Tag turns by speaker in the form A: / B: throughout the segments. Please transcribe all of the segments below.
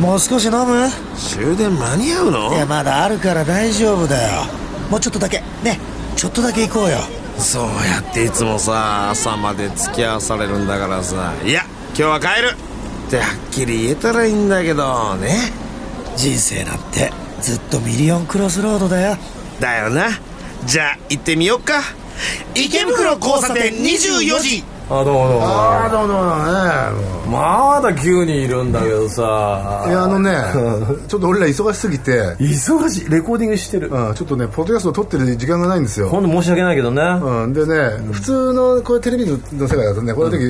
A: もう少し飲む
B: 終電間に合うの
A: いやまだあるから大丈夫だよもうちょっとだけねちょっとだけ行こうよ
B: そうやっていつもさ朝まで付き合わされるんだからさいや今日は帰るってはっきり言えたらいいんだけどね
A: 人生なんてずっとミリオンクロスロードだよ
B: だよなじゃあ行ってみよっか池袋交差点24時
C: あどうもどうも
D: ああどうもどうもね
C: まだ急にいるんだけどさ
D: いやあ のねちょっと俺ら忙しすぎて、
C: 忙しいレコーディングしてる
D: うん、ちょっとねポッドキャストを撮ってる時間がないんですよ
C: 今度申し訳ないけどね
D: うん、でね、普通のこれテレビの世界だとねこの時、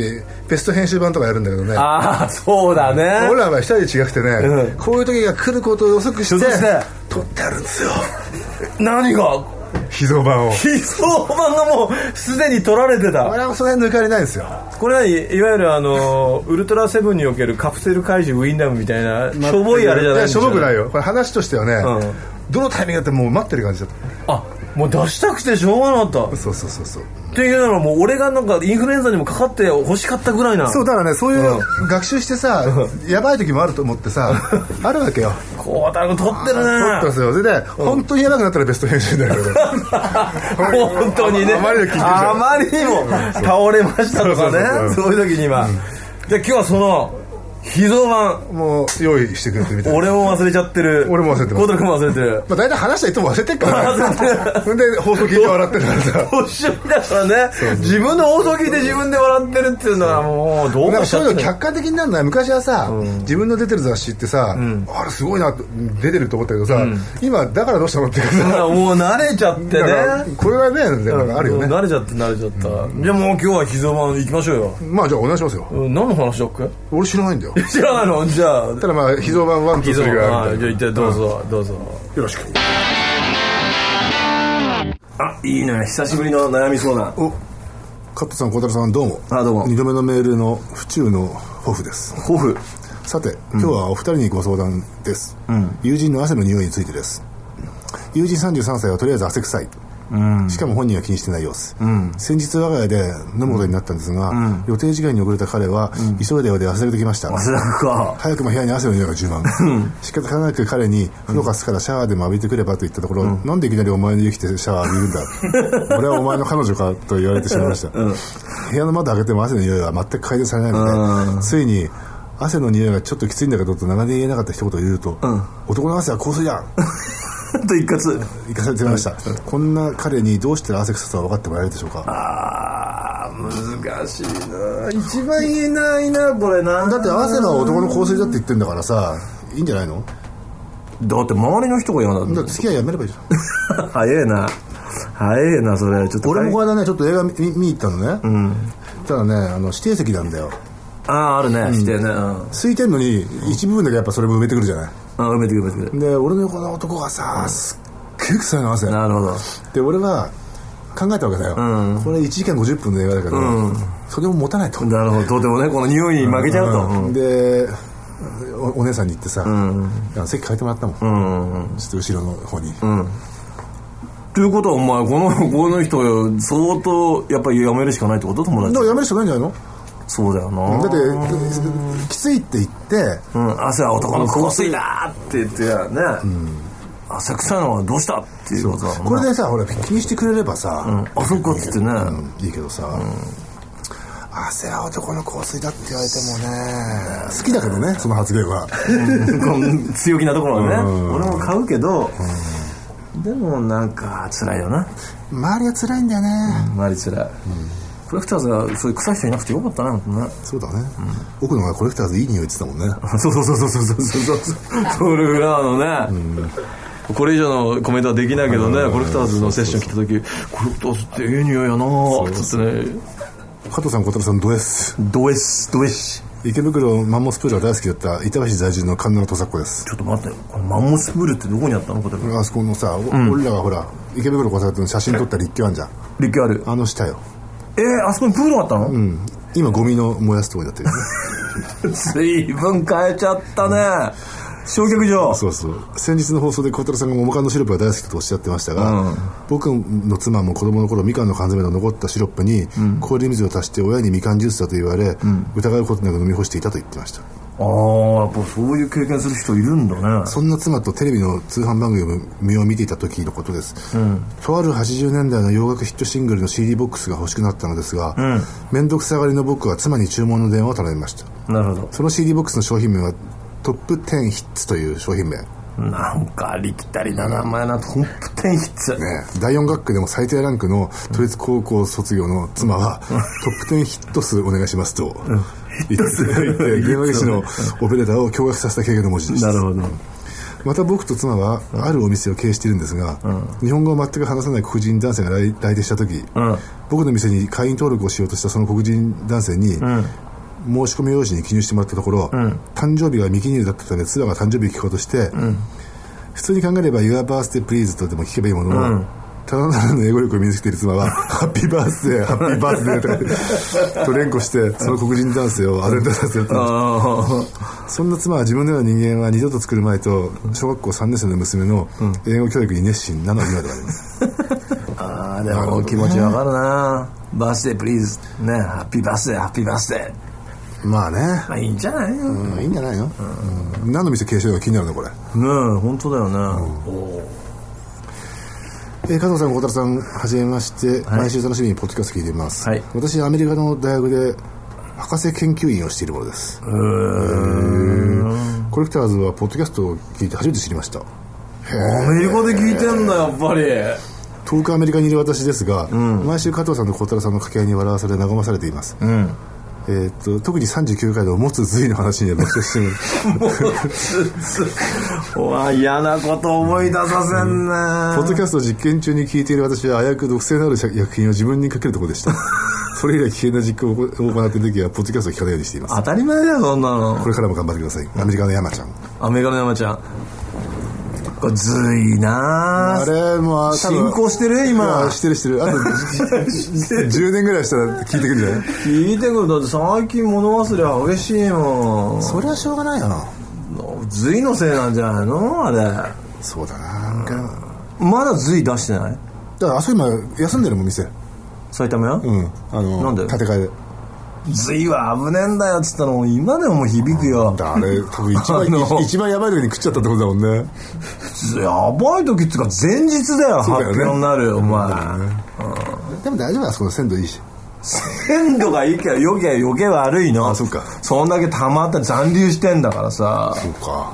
D: ベスト編集版とかやるんだけどね
C: ああそうだね
D: 俺らは一人で違くてね、
C: うん
D: こういう時が来ることを遅くして
C: 遅くして
D: 撮ってあるんですよ
C: 何が
D: 秘蔵 版を
C: 悲壮版がもうすでに取られて
D: 我
C: た
D: 々もその辺抜かりないんですよ
C: これはいいわゆるあのウルトラセブンにおけるカプセル怪獣ウィンダムみたいなしょぼいあれじゃない
D: やしょぼくないいよこれ話としてはね、
C: うん
D: どのタイミングだってもう待ってる感じだっ
C: あもう出したくてしょうがなかった
D: たそうそうそうそう
C: っていうのはもう俺がなんかインフルエンザにもかかって欲しかったぐらいな
D: そうだからねそういう学習してさ、やばい時もあると思ってさあるわけよ
C: 孝太郎君取ってるね
D: 撮ったんですよそれで、本当にやばくなったらベスト編集だよ
C: 本当にね
D: あまりの緊急
C: あまりにも倒れましたとかね
D: そ
C: そういう時にはじゃあ今日はその秘蔵版
D: もう用意してくれてみたいな
C: 俺も忘れちゃってる
D: 俺も忘れてます
C: 孝太郎君も忘れてる
D: まあ、大体話したらいつも忘れてっからね
C: 忘れてる
D: ほんで放送聞いて笑ってるからさ
C: おっしゃだからね自分の放送聞いて自分で笑ってるっていうのはもうどう
D: なん
C: か
D: か
C: しち
D: そう
C: ゃ
D: い
C: っ
D: う
C: て
D: の
C: る
D: 客観的になるのは昔はさ、自分の出てる雑誌ってさ、あれすごいな出てると思ったけどさ、今だからどうしたのっていうか
C: だか
D: さ
C: らもう慣れちゃってね
D: だからこれはねなんかあるよ
C: もう
D: ね
C: 慣れちゃって慣れちゃったじゃあもう今日は秘蔵版行きましょうよ
D: まあじゃあお願いしますよ
C: うん何の話だっ
D: 俺知らないんだよ
C: け知らないのじゃあ
D: ただまあ秘蔵版1と
C: 秘蔵
D: 3
C: 版
D: があ
C: は
D: る
C: いじ
D: みた
C: ゃあ一体
D: い
C: どうぞどうぞ
D: なよろしく
C: あいいね久しぶりの悩み相談
D: おカットさん小太郎さんどうも
C: あどうも
D: 2度目のメールの府中のホフです
C: ホフ
D: さて今日はお二人にご相談です、友人の汗の匂いについてです友人33歳はとりあえず汗臭い、しかも本人は気にしてない様子、先日我が家で飲むことになったんですが、予定時間に遅れた彼は、急いでようで忘れてきました
C: 忘れたか
D: 早くも部屋に汗の匂いが充満仕方なく彼に風呂かすからシャワーでも浴びてくればと言ったところ、なんでいきなりお前の家来てシャワー浴びるんだ俺はお前の彼女かと言われてしまいました、部屋の窓開けても汗の匂いは全く改善されないのでついに汗の匂いがちょっときついんだけどと長年言えなかった一言を言うと、男の汗は香水だ
C: と一括
D: 行かされてみました、こんな彼にどうしたら汗臭さは分かってもらえるでしょうか
C: あー難しいな一番言えないなこれな
D: だって汗は男の香水だって言ってんだからさいいんじゃないの
C: だって周りの人が嫌なん
D: だ
C: だ
D: って付き合いやめればいいじゃん
C: 早えな早えなそれちょっと
D: 俺もこの間ねちょっと映画見見見に行ったのね、ただねあの指定席なんだよ
C: あああるねしてねうんあ
D: 空いてんのに一部分だけやっぱそれも埋めてくるじゃない
C: 埋めてくれ埋めてく
D: で俺の横の男がさすっげえ臭いの汗
C: れなるほど
D: で俺は考えたわけだよ、これ1時間50分の映画だけど、それも持たないと、
C: なるほどとてもねこの匂いに負けちゃうとうん
D: でおお姉さんに言ってさ、あの席変えてもらったもん、ちょっと後ろの方に、
C: ということはお前このこの人相当やっぱりやめるしかないってこと友
D: だ
C: 達
D: からやめる人ないんじゃないの
C: そうだよな
D: だってきついって言って
C: うん、汗は男の香水だーって言ってやね、汗臭いのはどうしたっていうことだもん
D: これ
C: ね
D: でさほら気にしてくれればさ、
C: あそっかっつってね、
D: うんいいけどさ、汗は男の香水だって言われてもね好きだけどねその発言は
C: この強気なところはね、俺も買うけど、でもなんか辛いよな
D: 周りは辛いんだよね、
C: 周り辛い、コレクターズはそういう臭い人いなくてよかったな本当ね
D: そうだね、奥のがコレクターズいい匂いって言ってたもんね
C: そうそうそうそうそうそうそうそうソウルフラワーのね、これ以上のコメントはできないけどね、コレクターズのセッション来た時コレクターズってええ匂いやなーっつってね
D: 加藤さん小太郎さんどうです
C: ドエスドエス
D: 池袋マンモスプールが大好きだった板橋在住の神奈川子です
C: ちょっと待ってこれマンモスプールってどこにあったのこれ
D: あそこのさ、お俺らがほら池袋交差点の写真撮った立教あんじゃん
C: 立教ある
D: あの下よ、
C: えー、あそこにプールがあったの、
D: うん、今ゴミの燃やすとこになってるよね
C: 随分変えちゃったね焼却場
D: そうそう先日の放送で孝太郎さんが桃缶のシロップが大好きだとおっしゃってましたが、僕の妻も子供の頃みかんの缶詰の残ったシロップに氷水を足して親にみかんジュースだと言われ、疑うことなく飲み干していたと言ってました
C: ああやっぱそういう経験する人いるんだね
D: そんな妻とテレビの通販番組を見ていた時のことです、とある80年代の洋楽ヒットシングルの CD ボックスが欲しくなったのですが面倒、くさがりの僕は妻に注文の電話を頼みました
C: なるほ
D: その CD ボックスの商品名はトップ10ヒッツという商品名、ね、
C: どなんかありきたりな名前なトップ10ヒッツ
D: 第4学区でも最低ランクの都立高校卒業の妻は、トップ10ヒット数お願いしますと言って言って電話口のオペレーターを驚愕させた経験の文字でした
C: なるほど
D: また僕と妻はあるお店を経営しているんですが、日本語を全く話さない黒人男性が来来店した時、
C: ん
D: 僕の店に会員登録をしようとしたその黒人男性に、申し込み用紙に記入してもらったところ、誕生日が未記入だったため妻が誕生日を聞こうとして、普通に考えれば「Your birthday please」とでも聞けばいいものを、ただならぬ英語力を身につけている妻 は「ハッピーバースデーハッピーバースデー」と かと連呼してその黒人男性をアレンダさせた
C: ああ
D: そんな妻は自分のような人間は二度と作る前と小学校3年生の娘の英語教育に熱心なのは今ではあります、
C: ああでも気持ちわかるなバースデープリーズねハッピーバースデーハッピーバースデー
D: まあね、
C: まあいいんじゃないようん
D: いいんじゃないの、うん何の店継承が気になるのこれ
C: ねえ本当だよね
D: えー加藤さん小太郎さんはじめまして、毎週楽しみにポッドキャスト聞いています、
C: はい
D: 私アメリカの大学で博士研究員をしているものですへーコレクターズはポッドキャストを聞いて初めて知りました
C: アメリカで聞いてんだやっぱり
D: 遠くアメリカにいる私ですが、毎週加藤さんと小太郎さんの掛け合いに笑わされ和まされています、えーっと特に39回の持つ髄の話には爆笑 してる
C: うわ嫌なこと思い出させんな
D: ポッドキャストを実験中に聞いている私は危うく毒性のある作品を自分にかけるところでした それ以来危険な実験を行っている時はポッドキャストを聞かないようにしています
C: 当たり前だよそんなの
D: これからも頑張ってくださいアメリカの山ちゃん
C: アメリカの山ちゃんこれずいな
D: あれもう多分
C: 進行してる今
D: いやしてるしてる あと10年ぐらいしたら聞いてくるんじゃない
C: 聞いてくるだって最近物忘れ激しいもん
D: それはしょうがないよな
C: ずいのせいなんじゃないのあれ
D: そうだななんか
C: まだずい出してない
D: だからあそこ今休んでるもん店
C: 埼玉よ
D: うんあの
C: なんで
D: 建て替えで
C: ずいは危ねえんだよっつったの今でももう響くよ
D: だ あれ多分一番
C: あの
D: 一番やばい時に食っちゃったってことだもんね
C: ずいやばい時っつうか前日だよ発
D: そうだよね
C: 表になるよお前
D: でも大丈夫だあそこの鮮度いいし
C: 鮮度がいいけど余計余計悪いの
D: あそっか
C: そんだけ溜まった残留してんだからさ
D: そうか、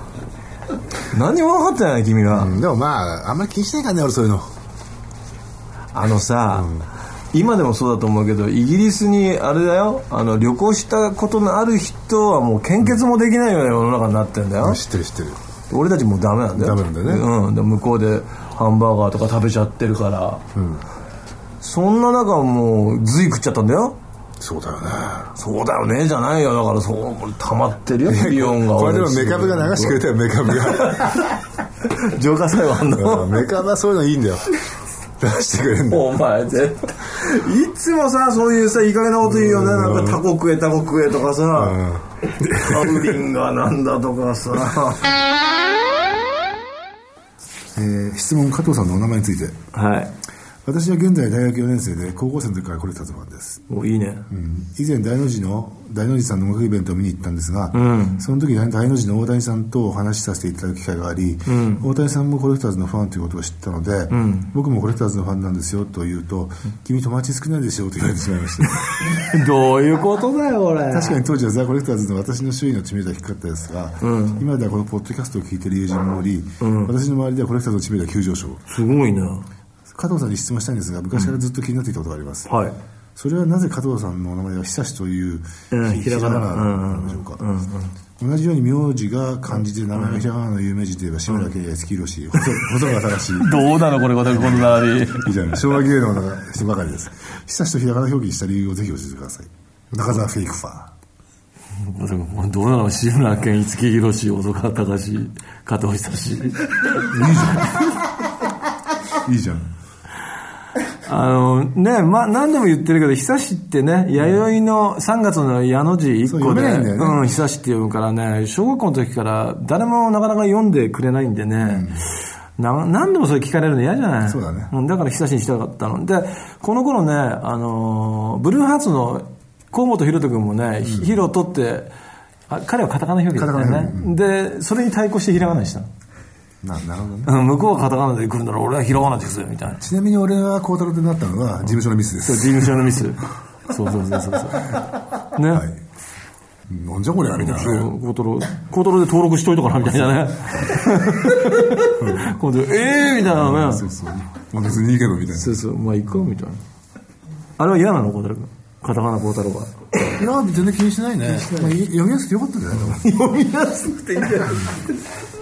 C: 何も分かってない君は、
D: うんでもまああんまり気にしないからね俺そういうの
C: あのさ、今でもそうだと思うけどイギリスにあれだよあの旅行したことのある人はもう献血もできないような世の中になってんだよ、
D: 知ってる知ってる
C: 俺たちもうダメなんだよ
D: ダメなんだよね
C: うん、で向こうでハンバーガーとか食べちゃってるから、そんな中もうずい食っちゃったんだよ
D: そうだよね
C: そうだよねじゃないよだからそうこれ溜まってるよビヨンが
D: これでもメカブが流してくれたよメカブ が
C: 浄化祭はあんの
D: うんメカブはそういうのいいんだよ出してくれるんだよ
C: お前絶対いつもさそういうさいい加減なこと言うよねなんかタコ食えタコ食えとかさハウリンがなんだとかさは
D: えー質問加藤さんのお名前について私は現在大学4年生で高校生の時からコレクターズファンです、
C: いおいいね
D: うん以前大の字の大の字さんの音楽イベントを見に行ったんですが、その時大の字の大谷さんとお話しさせていただく機会があり、大谷さんもコレクターズのファンということを知ったので、僕もコレクターズのファンなんですよと言うと「君友達少ないでしょ」と言われてしまいました
C: どういうことだよ俺
D: 確かに当時はザ・コレクターズの私の周囲の知名度は低かったですが、今ではこのポッドキャストを聞いている友人もおり、私の周りではコレクターズの知名度は急上昇
C: すごいな
D: 加藤さんに質問したいんですが昔からずっと気になっていたことがあります、
C: はい
D: それはなぜ加藤さんのお名前は久しという
C: うん
D: ひ
C: ひらがな
D: なんでしょうか、同じように名字が漢字で名前がひらがなの有名人といえば志村けんや五木ひろし細細川隆史
C: どうなのこれこの 並び
D: みたいな昭和芸能の人ばかりです久しとひらがな表記にした理由をぜひ教えてください中澤フェイクファー
C: どうなの志村けん五木ひろし小川隆加藤久志
D: いいじゃん
C: あのねまあ何度も言ってるけど久しってね弥生の3月の矢の字1個で
D: そう読めないんだよね
C: うん久しって読むからね小学校の時から誰もなかなか読んでくれないんでね、な何度もそれ聞かれるの嫌じゃない
D: そうだね
C: ん、だから久しにしたかったのでこの頃ねあのーブルーハーツの河本大翔君もね、ひヒロトってあ彼はカタカナ表現だったよ
D: カタ
C: ね
D: カナ、
C: でそれに対抗してひらがなにしたの、
D: ななるほどね
C: うん、向こうがカタカナで来るなら俺はひらがなですよみたいな
D: ちなみに俺は孝太郎でなったのは事務所のミスで
C: そう
D: す
C: 事務所のミスそうそうそうそうそうね、
D: なんじゃこりゃみたいな
C: そうコートロコートロで登録しといたからみたいなねコートロええー、みたいなね
D: そうそうまあ別にいいけどみたいな
C: そうそうまあ行くみたいなあれは嫌なのコートロ君カタカナコートロが
D: いや全然気にしてないねまあい読みやすくてよかったんじゃないの
C: 読みやすくていいんだよあ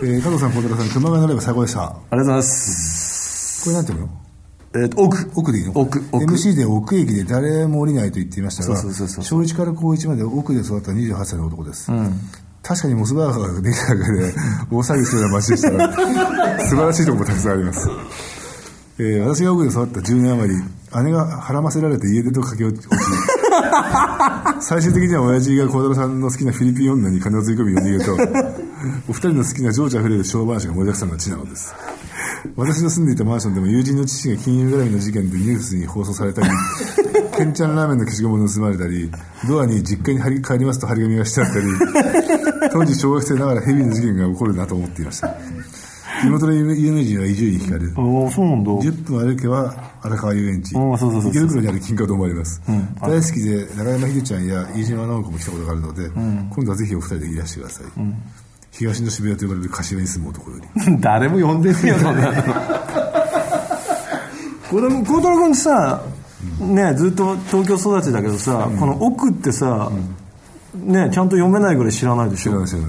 C: り
D: えー加藤さん孝太郎さん熊谷のライブ最高でした
C: が
D: こ
C: とうございます
D: れなんていうの
C: えっ、と奥
D: 奥でいいの
C: 奥奥
D: MC で奥駅で誰も降りないと言っていましたが
C: そうそうそう
D: 小1から高1まで奥で育った28歳の男です、確かにモスバーガーができただけで大騒ぎするような街でした が素晴らしいところもたくさんあります、えー私が奥で育った10年余り姉が孕ませられて家出と駆け落 ち最終的には親父が孝太郎さんの好きなフィリピン女に金をつぎ込み逃げとお二人の好きな情緒あふれる小話が盛りだくさんの地なのです私の住んでいたマンションでも友人の父が金融絡みの事件でニュースに放送され たりケンちゃんラーメンの消しゴムを盗まれたりドアに実家に張り帰りますと張り紙がしてあったり当時小学生ながらヘビーな事件が起こるなと思っていました地元の有名人は伊集院光
C: ああそうなんだ
D: 10分歩けば荒川遊園地
C: おーそうそうそうそう
D: 池袋にある金華堂もあります、大好きで中山秀ちゃんや飯島直子も来たことがあるので、今度はぜひお二人でいらしてください、東の渋谷と呼ばれる柏に住む男より
C: 誰も呼んでねえよそんな のこれも孝太郎君さねずっと東京育ちだけどさ、この奥ってさ、ねちゃんと読めないぐらい知らないでしょ
D: 知らない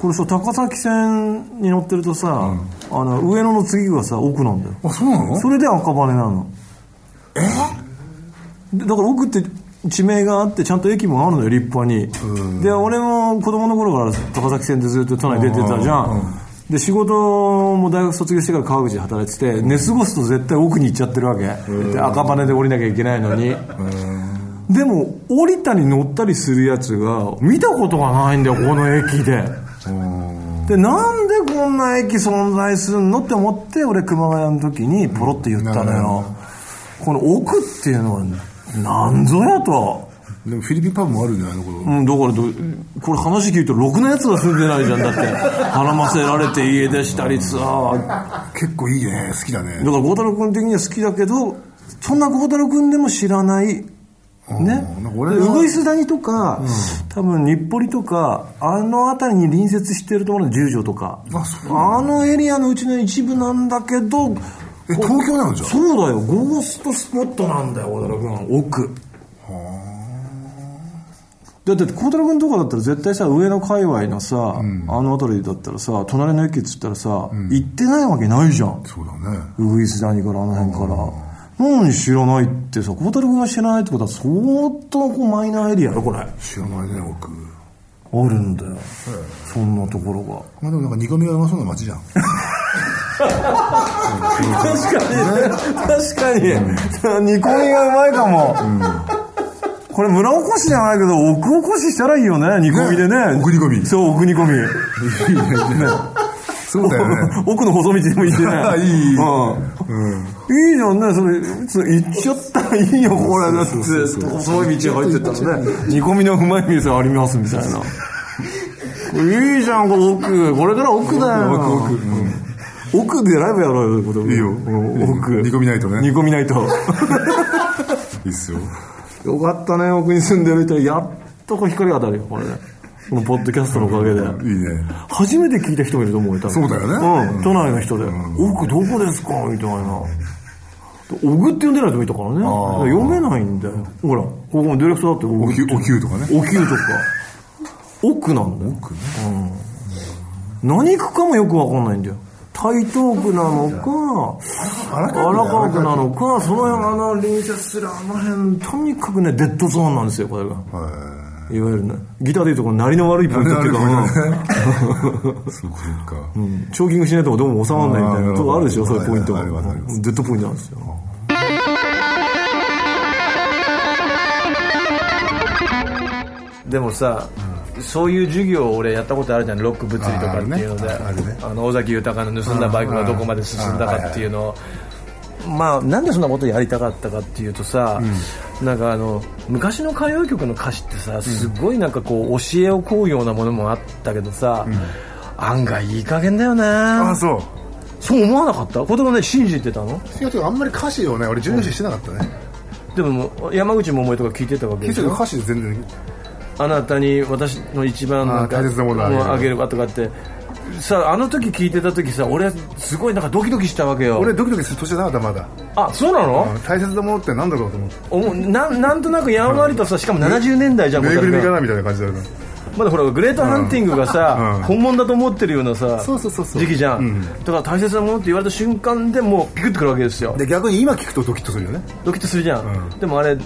C: これさ高崎線に乗ってるとさ、あの上野の次がさ奥なんだよ
D: あそうなの
C: それで赤羽なのえだから奥って地名があってちゃんと駅もあるのよ立派にで俺も子供の頃から高崎線でずっと都内出てたじゃんで仕事も大学卒業してから川口で働いてて寝過ごすと絶対奥に行っちゃってるわけで赤羽で降りなきゃいけないのにでも降りたり乗ったりするやつが見たことがないんだよこの駅ででなんでこんな駅存在するのって思って俺熊谷の時にポロって言ったの
D: なるほ
C: よこの奥っていうのは何ぞやと、
D: でもフィリピンパブもあるんじゃないのこの
C: うん、だからどこれ話聞いてろくなやつが住んでないじゃんだって絡ませられて家出したりさだか
D: 結構いいね好きだね
C: ら孝太郎君的には好きだけどそんな孝太郎君でも知らないね
D: なんか
C: で
D: 俺
C: ウグイ
D: の
C: ス谷とか、多分日暮里とかあの辺りに隣接してるところの十条とか
D: あそう
C: あのエリアのうちの一部なんだけど
D: え東京なのじゃあ
C: そうだよゴーストスポットなんだよ孝太郎君奥だって孝太郎君とかだったら絶対さ上の界隈のさ、あの辺りだったらさ隣の駅っつったらさ、行ってないわけないじゃん
D: そうだね
C: ウグイス谷からあの辺から何知らないってさ孝太郎君が知らないってことは相当こうマイナーエリアだこれあ
D: 知らないね奥
C: るんだよ、そんなところが
D: まあでもなんか煮込みがうまそうな街じゃ ん
C: 確かに確かに煮込みがうまいかも、これ村おこしじゃないけど奥おこししたらいいよね煮込みでね
D: ね奥煮込み
C: そう奥煮込み
D: そうだよね
C: 奥の細道でもい いしね
D: いいいい
C: うんいいじゃんねそれそれ行っちゃったらいいよこれだって細い道入ってったらね煮込みのうまい店ありますみたいないいじゃんこれ奥これから奥だよ
D: 奥奥うん
C: 奥でライブやろうよこれ
D: いいよ
C: うん奥
D: 煮込みないとね
C: 煮込みないと
D: いいっすよ
C: よかったね奥に住んでる人やっとこう光が当たるよこれねこのポッドキャストのおかげで
D: いいね
C: 初めて聞いた人もいると思うよ多分
D: そうだよね
C: うん都内の人で奥どこですかみたいな小ぐって呼んでない人もいたからね読めないんだよほらここのディレクターだって
D: おきゅおきゅうとかね
C: おきゅうと か奥なんだようん、何区かもよくわかんないんだよ台東区なのか
D: 荒
C: 荒川区なのかその辺あの隣接するあの辺とにかくねデッドゾーンなんですよこれが
D: はい
C: わゆるねギターでいうとこの鳴りの悪いポイントっていうか
D: 鳴りの悪
C: う
D: い
C: ん
D: そうか
C: チョーキングしないとどうも収まらないみたいなとこあるでしょ
D: あー
C: そういうポイントが
D: ありますあります
C: デッドポイントなんですよ
E: でもさ、そういう授業を俺やったことあるじゃんロック物理とかっていうので
D: ああるねああるね
E: あの尾崎豊の盗んだバイクがどこまで進んだかっていうのを
C: まあ、なんでそんなことやりたかったかっていうとさ、なんかあの昔の歌謡曲の歌詞ってさすごいなんかこう教えを請うようなものもあったけどさ、案外いい加減だよね
D: あそう
C: そう思わなかった子供ね信じてたの
D: いやてかあんまり歌詞をね俺重要視してなかったね、
C: でももう山口百恵とか聞いてたわけ
D: 聞
C: で
D: いて
C: し
D: る
C: ょ
D: 歌詞全然
C: あなたに私の一番
D: あー大切なものをあげる
C: あげるわとかってさあの時聞いてた時さ俺すごいなんかドキドキしたわけよ
D: 俺ドキドキする年じゃなかったまだ
C: あそうなの、
D: 大切なものってなんだろうと思って
C: おなんなんとなくやんわりとさしかも70年代じゃん、
D: ぬいぐるみか
C: ま
D: なみたいな感じだよね
C: だほらグレートハンティングがさ、
D: うん
C: 本物だと思ってるようなさ
D: そうそうそうそう
C: 時期じゃん、だから大切なものって言われた瞬間でもうピクッとくるわけですよ
D: で逆に今聞くとドキッとするよね
C: ドキッとするじゃん、でもあれ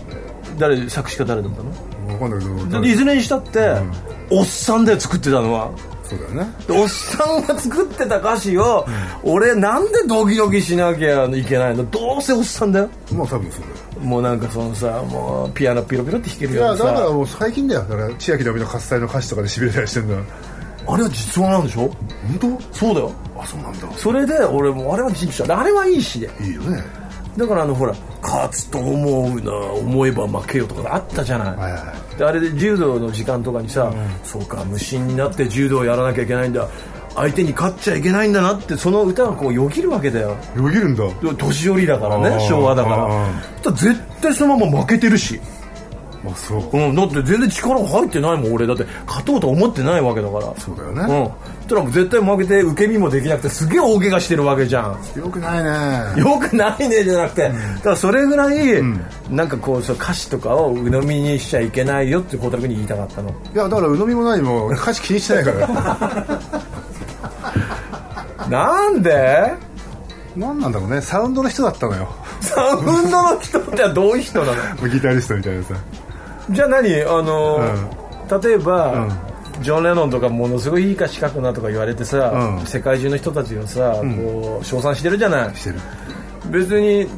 C: 誰作詞家誰だったの
D: 分かんないけど
C: でいずれにしたって、おっさんで作ってたのは
D: そうだよね
C: でおっさんが作ってた歌詞を、俺なんでドキドキしなきゃいけないのどうせおっさんだよ
D: もう多分そうだよ
C: もうなんかそのさもうピアノピロピロって弾ける
D: い
C: よう
D: や
C: な
D: だから
C: さ
D: もう最近だよだから千秋直美の喝采の歌詞とかで痺れたりしてんだ
C: あれは実話なんでしょ
D: 本
C: そうだよ
D: 当あそうなんだ
C: それで俺もあれは実話あれはいいしで
D: いいよね
C: だからあのほら勝つと思うな思えば負けよとかあったじゃない、
D: はいは
C: であれで柔道の時間とかにさ、そうか無心になって柔道をやらなきゃいけないんだ相手に勝っちゃいけないんだなってその歌がこうよぎるわけだよ
D: いよぎるんだ
C: で年寄りだから
D: あ
C: ね
D: ー
C: 昭和だから
D: あ
C: だから絶対そのまま負けてるし、
D: あそう
C: うん、だって全然力が入ってないもん俺だって勝とうと思ってないわけだから
D: そうだよ
C: う
D: ね、
C: んそしたらもう絶対負けて受け身もできなくてすげえ大怪我してるわけじゃん
D: よくないね
C: よくないねじゃなくて、だからそれぐらい、なんかこうそう歌詞とかを鵜呑みにしちゃいけないよって孝太郎君に言いたかったの
D: いやだから鵜呑みも何も歌詞気にしてないから
C: なんで
D: 何なんだろうねサウンドの人だったのよ
C: サウンドの人ってどういう人なの
D: ギタリストみたいなさ
C: じゃあ何あのー、例えば、ジョン・レノンとかものすごいいい歌詞書くなとか言われてさ、
D: うん
C: 世界中の人たちをさ、こう称賛してるじゃない
D: してる
C: 別に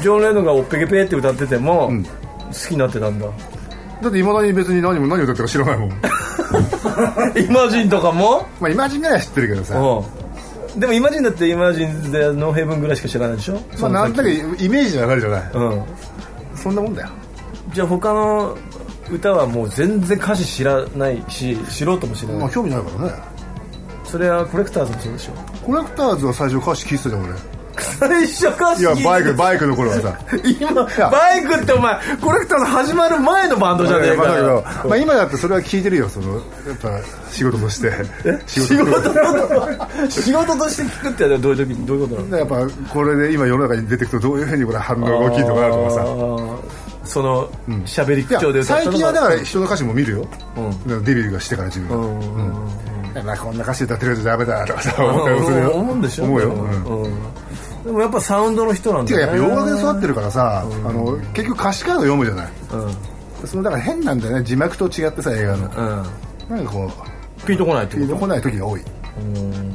C: ジョン・レノンがおっぺけぺって歌ってても、好きになってたんだ
D: だっていまだに別に何も何を歌ってるか知ら ないもん
C: イマジンとかも
D: まあイマジンぐらいは知ってるけどさ
C: うんでもイマジンだってイマジンでノーヘイブンぐらいしか知らないでしょ
D: まあなんとなくイメージがわかるじゃない
C: うん
D: そんなもんだよ
C: じゃあ他の歌はもう全然歌詞知らないし知ろうとも知ら
D: ま
C: な
D: あ
C: い
D: 興味ないからね
C: それはコレクターズもそうでしょ
D: コレクターズは最初歌詞聞いてたじゃん俺
C: 最初歌詞
D: いやバイクバイクの頃はさ
C: 今バイクってお前コレクターズ始まる前のバンドじゃねえ
D: まあ
C: か
D: だけ
C: よ
D: ど、まあ、今だってそれは聞いてるよそのやっぱ仕事として仕
C: 仕
D: と
C: 事
D: して
C: と仕事として聞くってどういう時にどういうことなの
D: やっぱこれで今世の中に出てくるとどういうふうにこれ反応が大きいのかなとか
C: あ
D: さ
C: ーその喋り口調
D: い
C: で
D: や
C: 歌ったの
D: 最近はだ
C: が
D: から人の歌詞も見るよ、デビューがしてから自分が、うんまあこんな歌詞歌ってるやつダメだとかさ思ったりもするよ
C: 思うんでしょ
D: 思うよ、うん
C: うんでもやっぱサウンドの人なん
D: て
C: だ
D: か
C: よ
D: やっぱ
C: ね
D: 洋楽で育ってるからさ、あの結局歌詞カード読むじゃない、そのだから変なんだよね字幕と違ってさ映画
C: うん
D: の、なんかこ
C: ピンとこないって
D: う
C: こ
D: ピンとこない時が多い、うん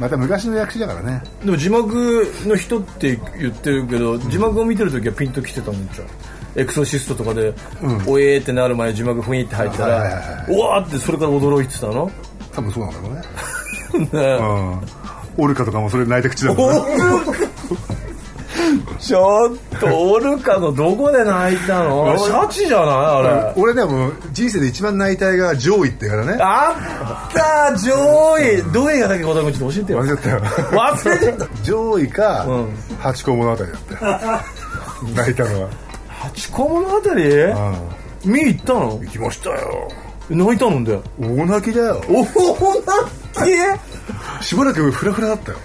D: また昔の役者だからね
C: とでも字幕の人って言ってるけど字幕を見てる時はピンときてたもんじゃんエクソシストとかで、おえーってなる前に字幕ふにって入った
D: はいはい
C: ら、うわーってそれから驚いてたの
D: 多分そうなんだろうね
C: ね
D: うんオルカとかもそれ泣いて口だもんね
C: ちょっとオルカのどこで泣いたのあれシャチじゃないあれ、
D: 俺ねもう人生で一番泣いた映画は上位ってからね
C: あった上位どういう映画だっけ小田君ちょっと教えてよ
D: 忘れちゃったよ
C: 忘れちゃった
D: 上位か、
C: うん
D: 八公物語だったよ泣いたのは、
C: 八公物語見に行ったの
D: 行きましたよ
C: 泣いたのんだよ
D: 大泣きだよ
C: おおなっ
D: しばらくフラフラだったよ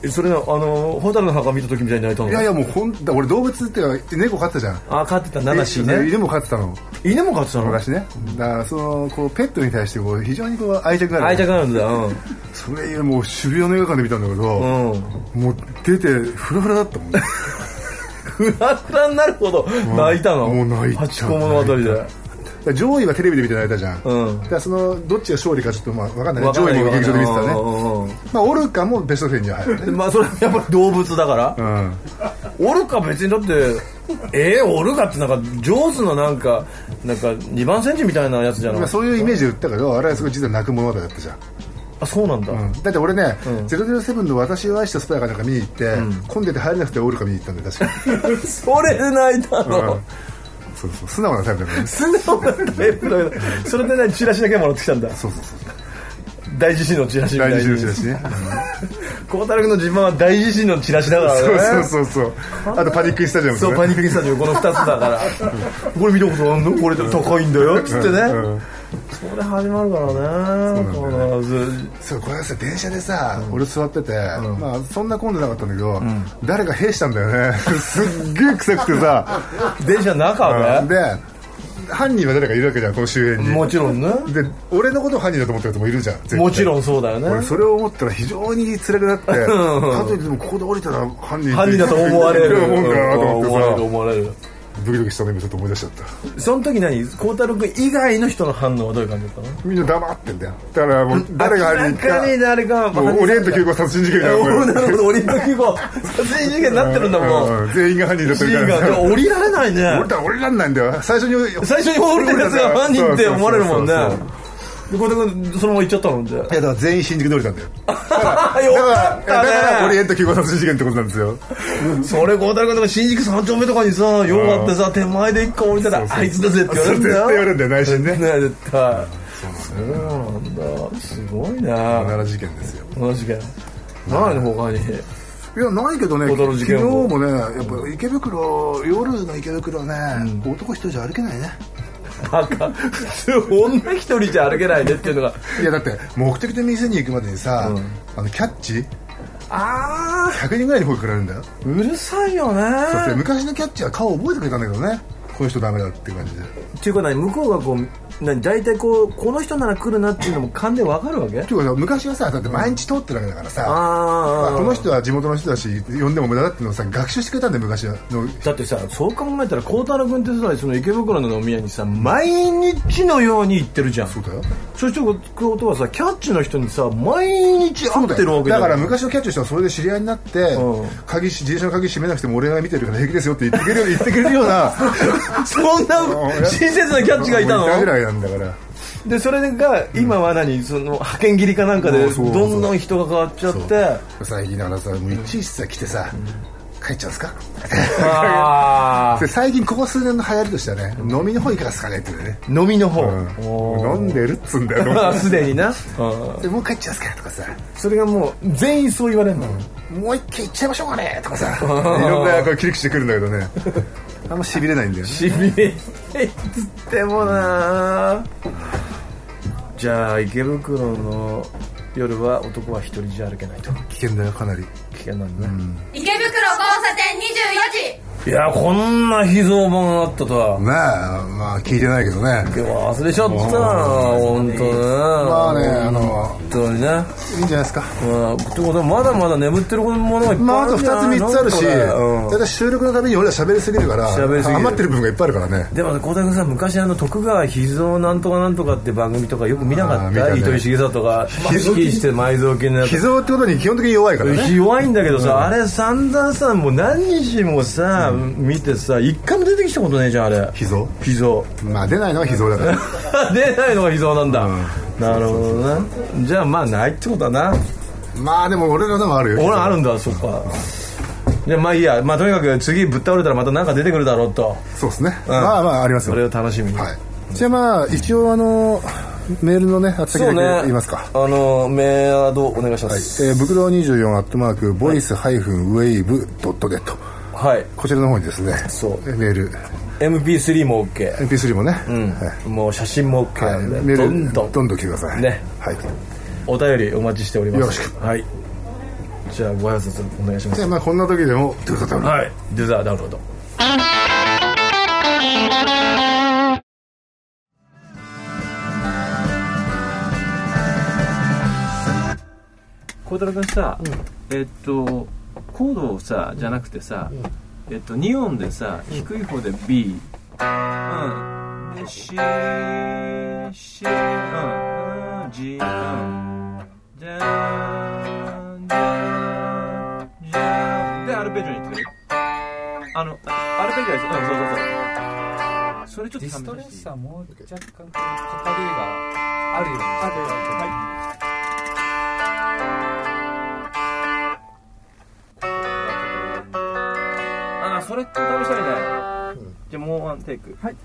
C: けそれなあの蛍の墓見た時みたいに泣いたの
D: いやいやもうほんだ俺動物っていうか猫飼ってたじゃん
C: あ飼ってたナナシーね
D: 犬も飼ってたの
C: 犬も飼ってたの
D: 昔ねだからそのこうペットに対してこう非常にこう愛着があ
C: 愛
D: る
C: 着あるんだうん
D: それ以来もう渋谷の映画館で見たんだけ
C: う
D: ど、
C: ん
D: もう出てフラフラだったもんね
C: フラフラになるほど泣いたの
D: もう泣いち
C: 八
D: ゃう
C: 公物語で
D: だから上位はテレビで見て泣いたじゃん、
C: うん
D: だからそのどっちが勝利かちょっとまあ分かんないね
C: わかん
D: 上
C: ない
D: 位も劇場で見てた
C: う
D: ね
C: んうんうん
D: まあオルカもベスト10には入るね
C: でまあそれはやっぱり動物だから
D: うん
C: オルカ別にだってえー、オルカってなんか上手ななんかなんか2番センチみたいなやつじゃない
D: まあそういうイメージで売ったけどあれはすごい実は泣く物語だったじゃん
C: あそうなんだ、
D: だって俺ね、007の「私を愛したスパイ」かなんか見に行って、混んでて入れなくてオールカ見に行ったんで確かに、
C: それないだろう、
D: そうそう素直なタイプだからね
C: 素直なタイプだけどそれでねチラシだけもらってきたんだ
D: そうそうそう
C: 大地震のチラシみたい
D: 第
C: に
D: 二週のチラシね
C: 孝太郎君の自慢は大地震のチラシだからね
D: そうそうそうそうあとパニックスタジアムと
C: そ
D: か
C: う
D: ね
C: パニックスタジオこの2つだからこれ見たことあんのこれ高いんだよっつってね
D: うん
C: それ始まるからね必ず
D: そうこれさ電車でさ、俺座ってて、まあ、そんな混んでなかったんだけど、誰か閉したんだよね すっげえ臭くてさ、
C: 電車の中ね
D: で犯人は誰かいるわけじゃんこの周辺に
C: もちろんね
D: で俺のことを犯人だと思ってる人もいるじゃん絶対
C: もちろんそうだよね
D: 俺それを思ったら非常に辛くなってかといってでもここで降りたら犯人
C: 犯人だと思われる
D: 思うんだなと
C: 思われる
D: 思って
C: 思われる
D: さドキドキしたの今ちょっと思い出しちゃった
C: その時何孝太郎君以外の人の反応はどういう感じだったの
D: みんな黙ってんだよだからもう誰が犯
C: 明
D: 人
C: らかに
D: か
C: 誰か
D: もうオリエント急行殺 人事件だよこれ
C: なるほどオリエント急行殺人事件になってるんだもん
D: うん全員が犯人だっ
C: シ
D: たみ
C: ーン
D: たい
C: が
D: な
C: でも降りられない ね
D: 俺た俺らんないんだよ最初に
C: 最初に降りるやつが犯人って思われるもんね
D: そうそうそう
C: でこれでそのまま行っちゃったもんじゃ
D: いやだから全員新宿で降りたんだよだ
C: あ よ
D: から
C: か
D: だから
C: っ
D: オ
C: た
D: リ
C: ね
D: エント急行殺人事件ってことなんですよ
C: それ孝太郎君とか新宿三丁目とかにさよかってさ手前で一個降りたらあいつだぜって言わ
D: そ
C: れ
D: れ
C: るんだ
D: 絶対
C: よ
D: 言われるんだよ内心ね
C: ね絶対そうなんだすごいな
D: 奈良事件ですよ
C: この事件何他に
D: いやないけどね
C: 驚
D: 昨
C: く事
D: 日
C: 件も
D: もねやっぱ池袋夜の池袋ね、男一人じゃ歩けないね
C: バカ普通女一人じゃ歩けないねっていうのが
D: いやだって目的で店に行くまでにさ、あのキャッチ
C: あ
D: 100人ぐらいに声かけられるんだよ
C: ーうるさいよね
D: で昔のキャッチは顔覚えてくれたんだけどねこの人ダメだっていう感じで
C: っていうか何向こうがこう何大体こうこの人なら来るなっていうのも勘でわかるわけあ
D: ていうかさ昔はさだって毎日通ってるわけだからさ、
C: あ
D: まあこの人は地元の人だし呼んでも無駄だっていうのをさ学習してくれたんだよ昔の
C: だってさそう考えたら孝太郎君ってさその池袋の飲み屋にさ毎日のように行ってるじゃんそ
D: そうだよ
C: してことはさキャッチの人にさ毎日会ってるわけ
D: だ
C: よ
D: から昔のキャッチの人はそれで知り合いになって、
C: うん
D: 鍵し自転車の鍵閉めなくても俺が見てるから平気ですよって言ってくれる言ってくれるよう な
C: そんな親切なキャッチがいたの
D: いたぐらいなんだから
C: でそれが今は何、その派遣切りかなんかで
D: そうそうそう
C: どんどん人が変わっちゃって
D: 最近だからさもういちいちさ来てさ、帰っちゃうんすか
C: あ
D: で最近ここ数年の流行りとしてはね飲みの方いかがですかねっていうね、
C: ー飲みの方、
D: 飲んでるっつうんだよ飲ん
C: あすでにな、
D: でもう帰っちゃうんすかとかさ
C: それがもう全員そう言われるの、
D: もう一回行っちゃいましょうかねとかさ いろんなこう切り口で来るんだけどね あんましびれないんだよね
C: しびれないっつってもなじゃあ池袋の夜は男は一人じゃ歩けないと
D: 危険だよかなり
C: 危険なんだね、
F: 池袋交差点24
C: い
F: 時
C: やこんな秘蔵本あったとは
D: ねえまあ聞いてないけど
C: い
D: ね
C: や忘れちゃった本当ね
D: まあねあの
C: 本当にね
D: いいんじゃないですか
C: まあ、ってことはまだまだ眠ってるものがいっぱい
D: まあ、あ
C: る
D: と
C: ん
D: 2
C: じゃない
D: つ3
C: の
D: つあるし、
C: これ
D: 大体収録のために俺ら喋りすぎるから、
C: 喋りすぎる
D: 余ってる部分がいっぱいあるからね。
C: でもね孝太君さん昔あの徳川秘蔵なんとかなんとかって番組とかよく見なか
D: あー
C: っ
D: 見
C: た
D: たね
C: 糸井重里が意識して埋蔵金のやつ
D: 秘蔵ってことに基本的に弱いからね。
C: 弱いんだけどさ、あれ散々さもう何日もさ、見てさ一回も出てきたことねえじゃんあれ
D: 秘蔵
C: 秘蔵
D: まあ出ないのは秘蔵だから。
C: 出ないのが秘蔵なんだ、なるほどねじゃあまあないってことはな
D: まあでも俺らのもあるよ。
C: 俺あるんだそっかじゃあまあいいや、まあ、とにかく次ぶっ倒れたらまた何か出てくるだろうと
D: そうですね。まあまああります
C: それ
D: よ。
C: を楽しみに、
D: はい。じゃあまあ、一応あの、メールのね、あったけ
C: そうね
D: だけ言いますか。
C: あのメアドお願いします
D: えー、ブクロ24アットマーク、ボイスハイフンウェイブドットネット。
C: はい、
D: こちらの方にですね、
C: そう
D: えメール、
C: MP3 も OK、
D: MP3 もね、はい
C: もう写真も OK
D: は
C: ないんで、
D: メー
C: ど
D: ル、
C: んどん
D: どんどん来てください。
C: ね
D: はい。
C: お便りお待ちしております
D: よろしく
C: はいじゃあご挨拶お願いしま
D: じ
C: す
D: ゃあまあこんな時でも、どうぞどうぞ
C: はいデザーダウンロード
G: 孝太郎君さ、えっとコードをさじゃなくてさ、えっと2音でさ低い方で B うんで C C うんうん G うんじゃんじゃんじゃんでアルペジオに行ってくれるあのアルペジオですうんそうそうそうそれちょっと
H: ディス
G: 試
H: トレッ
G: していい
H: サーも若干こう語りがあるようにしてはい
G: ああそれ試したみたいな、じゃあもうワンテイクはい、